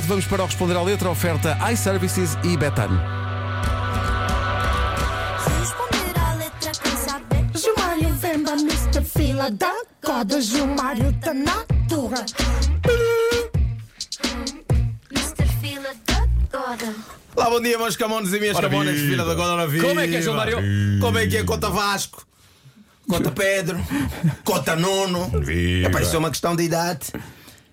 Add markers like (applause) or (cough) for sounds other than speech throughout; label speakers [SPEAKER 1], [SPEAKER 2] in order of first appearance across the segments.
[SPEAKER 1] vamos para o responder à letra oferta iServices e Betano.
[SPEAKER 2] Responder à letra quem sabe. Gilmário Vemba, Mr. Fila da Coda, Gilmário da Natura. Mr. Fila da Coda.
[SPEAKER 3] Lá bom dia, meus camones e minhas camonas, filha da Godora Viva.
[SPEAKER 4] Como é que é, João Mário?
[SPEAKER 3] Como é que é? Conta Vasco, conta Pedro, conta Nuno.
[SPEAKER 4] Viva.
[SPEAKER 3] Epá, isso é uma questão de idade.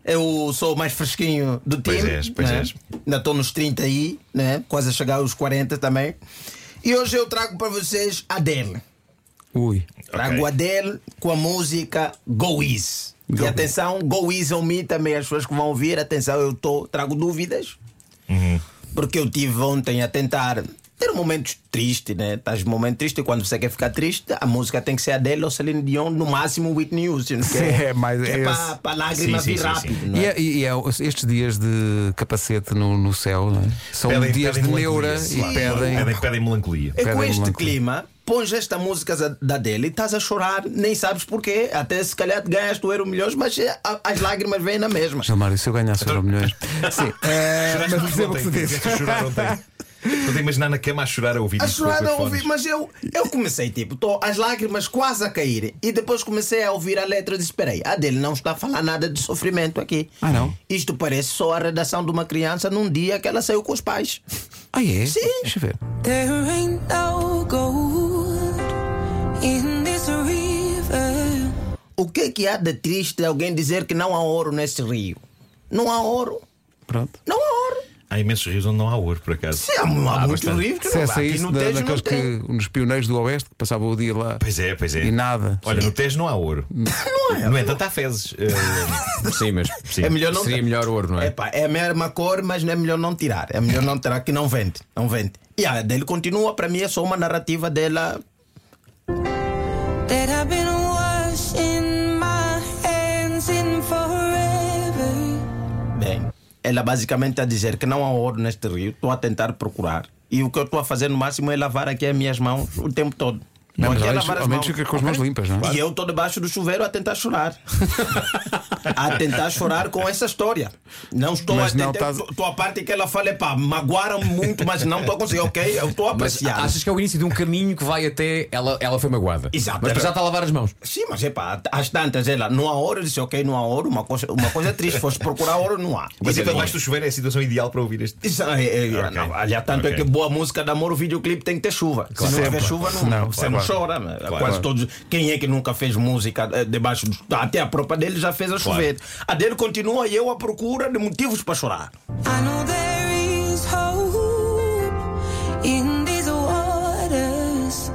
[SPEAKER 3] Eu sou o mais fresquinho do time.
[SPEAKER 4] Pois és, pois
[SPEAKER 3] né?
[SPEAKER 4] és.
[SPEAKER 3] Ainda estou nos 30 aí, né? quase a chegar aos 40 também. E hoje eu trago para vocês a Adele.
[SPEAKER 1] Ui.
[SPEAKER 3] Trago
[SPEAKER 4] Ok.
[SPEAKER 3] a Adele com a música Go Easy. E atenção, Go Easy on me também, as pessoas que vão ouvir, atenção, eu tô, trago dúvidas.
[SPEAKER 4] Uhum.
[SPEAKER 3] Porque eu tive ontem a tentar ter momentos tristes, né? Estás num momento triste e quando você quer ficar triste, a música tem que ser Adele ou Celine Dion, no máximo Whitney Houston.
[SPEAKER 4] (laughs)
[SPEAKER 3] Que
[SPEAKER 1] É, mas
[SPEAKER 3] que
[SPEAKER 1] é
[SPEAKER 3] é
[SPEAKER 1] esse.
[SPEAKER 3] para a lágrima
[SPEAKER 4] Sim, sim,
[SPEAKER 3] vir
[SPEAKER 4] sim,
[SPEAKER 3] rápido.
[SPEAKER 4] sim.
[SPEAKER 3] não é?
[SPEAKER 1] E, é- e é estes dias de capacete no, no céu, não é? São
[SPEAKER 4] Pedem-
[SPEAKER 1] dias
[SPEAKER 4] pedem
[SPEAKER 1] de neura
[SPEAKER 4] melancolia,
[SPEAKER 1] e
[SPEAKER 4] claro.
[SPEAKER 1] pedem.
[SPEAKER 4] Pedem, pedem melancolia.
[SPEAKER 3] É
[SPEAKER 1] Pedem
[SPEAKER 3] com este
[SPEAKER 1] melancolia.
[SPEAKER 3] clima, pões esta música za- da dele e estás a chorar, nem sabes porquê. Até se calhar ganhaste o euro milhões, mas é, a- as lágrimas vêm na mesma.
[SPEAKER 1] Gilmário, se eu ganhasse euro milhões. Sim, é,
[SPEAKER 4] Choraste
[SPEAKER 1] mas
[SPEAKER 4] muito
[SPEAKER 1] percebo o que
[SPEAKER 4] ontem,
[SPEAKER 1] tu dizes.
[SPEAKER 4] disseste que
[SPEAKER 3] (laughs)
[SPEAKER 4] chorar ontem. Estou a imaginar na cama a chorar a ouvir
[SPEAKER 3] A
[SPEAKER 4] isto com
[SPEAKER 3] chorar
[SPEAKER 4] os
[SPEAKER 3] a
[SPEAKER 4] fones.
[SPEAKER 3] ouvir, mas eu, eu comecei tipo, tô, as lágrimas quase a caírem. E depois comecei a ouvir a letra e disse: Peraí, a dele não está a falar nada de sofrimento aqui.
[SPEAKER 1] Ah, não?
[SPEAKER 3] Isto parece só a redação de uma criança num dia que ela saiu com os pais.
[SPEAKER 1] Ah, é?
[SPEAKER 3] Sim.
[SPEAKER 1] Deixa eu ver.
[SPEAKER 5] There ain't no gold in this river.
[SPEAKER 3] O que é que há de triste alguém dizer que não há ouro nesse rio? Não há ouro.
[SPEAKER 1] Pronto.
[SPEAKER 3] Não há ouro.
[SPEAKER 4] Há imensos rios onde não há ouro, por acaso.
[SPEAKER 3] Se há, há muitos
[SPEAKER 4] Ah, bastante.
[SPEAKER 3] rios que
[SPEAKER 1] Se
[SPEAKER 3] não
[SPEAKER 1] é
[SPEAKER 3] há. Aqui
[SPEAKER 1] saísse
[SPEAKER 3] no
[SPEAKER 1] da-
[SPEAKER 3] Tejo
[SPEAKER 1] daqueles
[SPEAKER 3] não tem.
[SPEAKER 1] que. nos pioneiros do Oeste que passavam o dia lá.
[SPEAKER 4] Pois é, pois é.
[SPEAKER 1] E nada.
[SPEAKER 4] Olha, no Tejo não há ouro. Não é. No entanto, há fezes. Eh,
[SPEAKER 6] Sim, mas
[SPEAKER 4] Sim.
[SPEAKER 3] É melhor não
[SPEAKER 6] seria
[SPEAKER 3] ter.
[SPEAKER 6] melhor ouro, não é?
[SPEAKER 3] Epá, é a mesma cor, mas não é melhor não tirar. É melhor não tirar que não vende. Não vende. E a dele continua, para mim é só uma narrativa dela.
[SPEAKER 5] That I've been washing my hands in forever.
[SPEAKER 3] Bem, ela basicamente está a dizer que não há ouro neste rio, estou a tentar procurar. E o que eu estou a fazer no máximo é lavar aqui as minhas mãos o tempo todo.
[SPEAKER 1] Não, mas
[SPEAKER 3] Estou aqui a
[SPEAKER 1] ao menos-
[SPEAKER 3] lavar as
[SPEAKER 1] ao menos
[SPEAKER 3] mãos.
[SPEAKER 1] fica com as mãos limpas, não é?
[SPEAKER 3] E eu estou debaixo do chuveiro a tentar chorar.
[SPEAKER 1] (laughs)
[SPEAKER 3] a tentar chorar com essa história. Não estou
[SPEAKER 1] Mas
[SPEAKER 3] a
[SPEAKER 1] não
[SPEAKER 3] tentar.
[SPEAKER 1] estás-
[SPEAKER 3] Estou a parte que ela fala, pá, magoaram muito, mas não estou a conseguir, ok? Eu estou a
[SPEAKER 6] Mas
[SPEAKER 3] apreciar.
[SPEAKER 6] achas que é o início de um caminho que vai até ela, ela foi magoada.
[SPEAKER 3] Exato.
[SPEAKER 6] Mas já está a lavar as mãos.
[SPEAKER 3] Sim, mas é pá, às tantas, ela, não há ouro, eu disse, ok, não há ouro, uma coisa, uma coisa é triste, foste procurar ouro, não há.
[SPEAKER 4] Mas
[SPEAKER 3] E depois-
[SPEAKER 4] então, debaixo do chuveiro é a situação ideal para ouvir este. tipo.
[SPEAKER 3] Isso, é, é, é,
[SPEAKER 4] Ok.
[SPEAKER 3] não, aliás, tanto é
[SPEAKER 4] Ok.
[SPEAKER 3] que boa música de amor, o videoclipe tem que ter chuva. Se não tiver chuva, não,
[SPEAKER 1] Não,
[SPEAKER 3] você
[SPEAKER 1] claro.
[SPEAKER 3] não chora. né? Quase todos. Quem é que nunca fez música eh, debaixo do. Até a própria dele já fez a chover. A dele continua e eu à procura de motivos para chorar.
[SPEAKER 5] I know there is hope in these waters.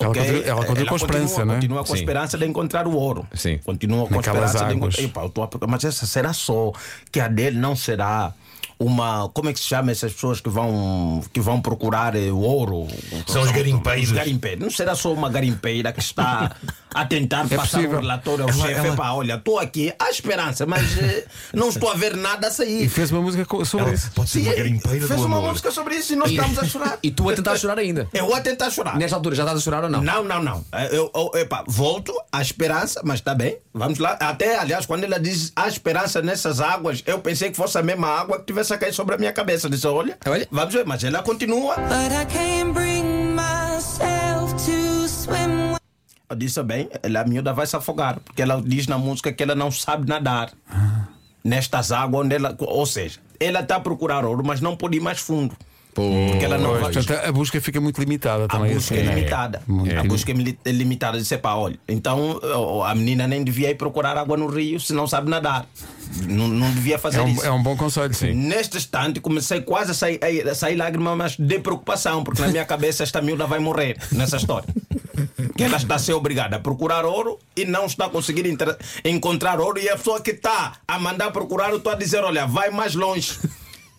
[SPEAKER 1] Ela
[SPEAKER 3] ok?
[SPEAKER 1] continua, ela continua com esperança, não é?
[SPEAKER 3] Continua com a
[SPEAKER 6] Sim.
[SPEAKER 3] esperança de encontrar o ouro.
[SPEAKER 6] Sim.
[SPEAKER 3] Continua com a
[SPEAKER 1] Naquelas
[SPEAKER 3] esperança de
[SPEAKER 1] águas.
[SPEAKER 3] encontrar. Epá, eu tô a- Mas essa será só que a dele não será. Uma, como é que se chama essas pessoas que vão, que vão procurar eh, o ouro?
[SPEAKER 4] São os garimpeiros.
[SPEAKER 3] Os garimpeiros. Não será só uma garimpeira que está a tentar passar
[SPEAKER 1] possível.
[SPEAKER 3] um relatório ao
[SPEAKER 1] Ela-
[SPEAKER 3] chefe.
[SPEAKER 1] ela-
[SPEAKER 3] Epá, olha, estou aqui à esperança, mas eh, não estou a ver nada a
[SPEAKER 1] E
[SPEAKER 3] sair.
[SPEAKER 1] fez uma música co- sobre isso.
[SPEAKER 4] Pode ser uma
[SPEAKER 3] Sim, eh,
[SPEAKER 4] garimpeira
[SPEAKER 3] fez
[SPEAKER 4] do
[SPEAKER 3] uma
[SPEAKER 4] amor.
[SPEAKER 3] música sobre isso e nós estamos a chorar.
[SPEAKER 6] E tu a tentar chorar ainda.
[SPEAKER 3] Eu a tentar chorar.
[SPEAKER 6] Nesta altura já estás a chorar ou não?
[SPEAKER 3] Não, não, não. Eu, eu- epá, volto à esperança, mas está bem. Vamos lá. Até, aliás, quando ela diz a esperança nessas águas, eu pensei que fosse a mesma água que tivesse a cair sobre a minha cabeça. Eu Disse, olha,
[SPEAKER 6] Olha.
[SPEAKER 3] vamos ver. Mas ela continua.
[SPEAKER 5] But I can't bring myself to swim.
[SPEAKER 3] Eu disse, bem, ela, a miúda vai se afogar, porque ela diz na música que ela não sabe nadar nestas águas onde ela. Ou seja, ela está a procurar ouro, mas não pode ir mais fundo. porque ela não vai.
[SPEAKER 1] Portanto, a busca fica muito limitada
[SPEAKER 3] A
[SPEAKER 1] também.
[SPEAKER 3] busca é
[SPEAKER 1] assim, não
[SPEAKER 3] limitada.
[SPEAKER 1] Muito
[SPEAKER 3] A busca é mili- é limitada. Disse, pá, olha, então ó, a menina nem devia ir procurar água no rio se não sabe nadar. Não, não devia fazer
[SPEAKER 1] É um,
[SPEAKER 3] isso.
[SPEAKER 1] é um bom conselho, sim.
[SPEAKER 3] Neste instante comecei quase a sair, a sair lágrimas, mas de preocupação, porque na minha cabeça esta miúda vai morrer nessa história. Que ela está a ser obrigada a procurar ouro e não está a conseguir entra- encontrar ouro. E a pessoa que está a mandar procurar, eu estou a dizer: olha, vai mais longe.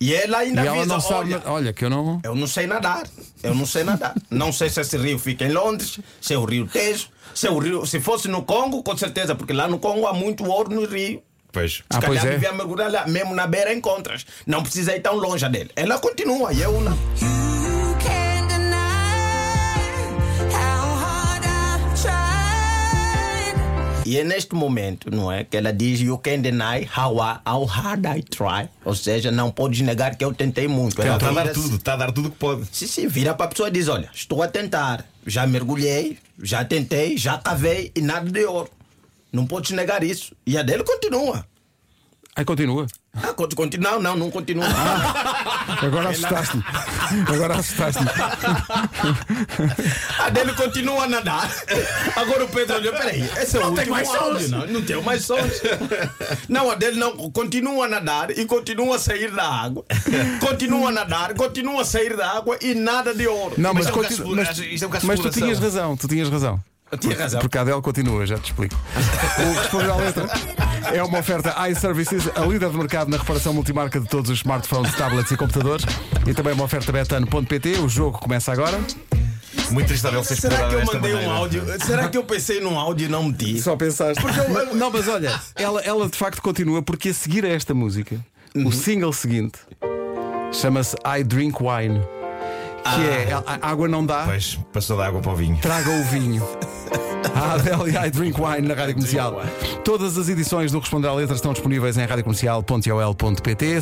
[SPEAKER 3] E ela
[SPEAKER 1] E
[SPEAKER 3] ainda
[SPEAKER 1] ela
[SPEAKER 3] avisa,
[SPEAKER 1] não sabe.
[SPEAKER 3] olha,
[SPEAKER 1] Olha, que eu não.
[SPEAKER 3] eu não sei nadar. Eu não sei nadar. Não sei se esse rio fica em Londres, se é o rio Tejo, se é o rio. Se fosse no Congo, com certeza, porque lá no Congo há muito ouro no rio.
[SPEAKER 4] Pois.
[SPEAKER 1] Ah,
[SPEAKER 3] Se
[SPEAKER 1] pois
[SPEAKER 3] calhar
[SPEAKER 1] é.
[SPEAKER 3] devia mergulhar lá, mesmo na beira encontras. Não precisa ir tão longe dele. Ela continua, e eu não.
[SPEAKER 5] You can't deny how hard I've tried.
[SPEAKER 3] E é neste momento, não é? Que ela diz: You can deny how, I, how hard I try. Ou seja, não podes negar que eu tentei muito.
[SPEAKER 4] Está a dar
[SPEAKER 3] vira-se-
[SPEAKER 4] tudo, está a dar tudo que pode.
[SPEAKER 3] Sim, sim, vira para a pessoa e diz: Olha, estou a tentar, já mergulhei, já tentei, já cavei e nada de ouro. Não podes negar isso. E a dele continua.
[SPEAKER 1] Aí continua.
[SPEAKER 3] Ah, conti- conti- não, não, não continua.
[SPEAKER 1] Ah, Agora
[SPEAKER 3] (laughs)
[SPEAKER 1] assustaste-me. Agora assustaste-me.
[SPEAKER 3] a Ah, dele continua a nadar. (laughs) Agora o Pedro olhou: Peraí, esse é o
[SPEAKER 4] Não tem
[SPEAKER 3] último
[SPEAKER 4] mais
[SPEAKER 3] áudio,
[SPEAKER 4] sons.
[SPEAKER 3] não, não tem mais sons. (laughs) não, a dele não. Continua a nadar e continua a sair da (laughs) água. Continua a nadar, continua a sair da água e nada de ouro.
[SPEAKER 1] Não, mas,
[SPEAKER 4] Mas é um
[SPEAKER 1] continu-
[SPEAKER 4] caso de-
[SPEAKER 1] mas-
[SPEAKER 4] acho- isto é um caso de
[SPEAKER 1] mas tu
[SPEAKER 4] exploração.
[SPEAKER 1] tinhas razão, tu tinhas razão.
[SPEAKER 3] Eu tinha
[SPEAKER 1] Por-
[SPEAKER 3] razão.
[SPEAKER 1] Porque a Adele continua, já te explico. O responder à letra é uma oferta iServices, a líder de mercado na reparação multimarca de todos os smartphones, tablets e computadores. E também uma oferta betano.pt. O jogo começa agora.
[SPEAKER 4] Muito triste ele
[SPEAKER 3] Será
[SPEAKER 4] ser explorado
[SPEAKER 3] que eu
[SPEAKER 4] desta
[SPEAKER 3] mandei um
[SPEAKER 4] maneira.
[SPEAKER 3] áudio? Será que eu pensei num áudio e não meti?
[SPEAKER 1] Só pensaste. Não, mas olha, ela, ela de facto continua, porque a seguir a esta música, o single seguinte chama-se I Drink Wine. Que é, a, a água não dá,
[SPEAKER 4] Pois, passou da água para o vinho.
[SPEAKER 1] Traga o vinho. A Adele e I Drink Wine na Rádio Comercial. Todas as edições do Responder à Letra estão disponíveis em radiocomercial.ol.pt.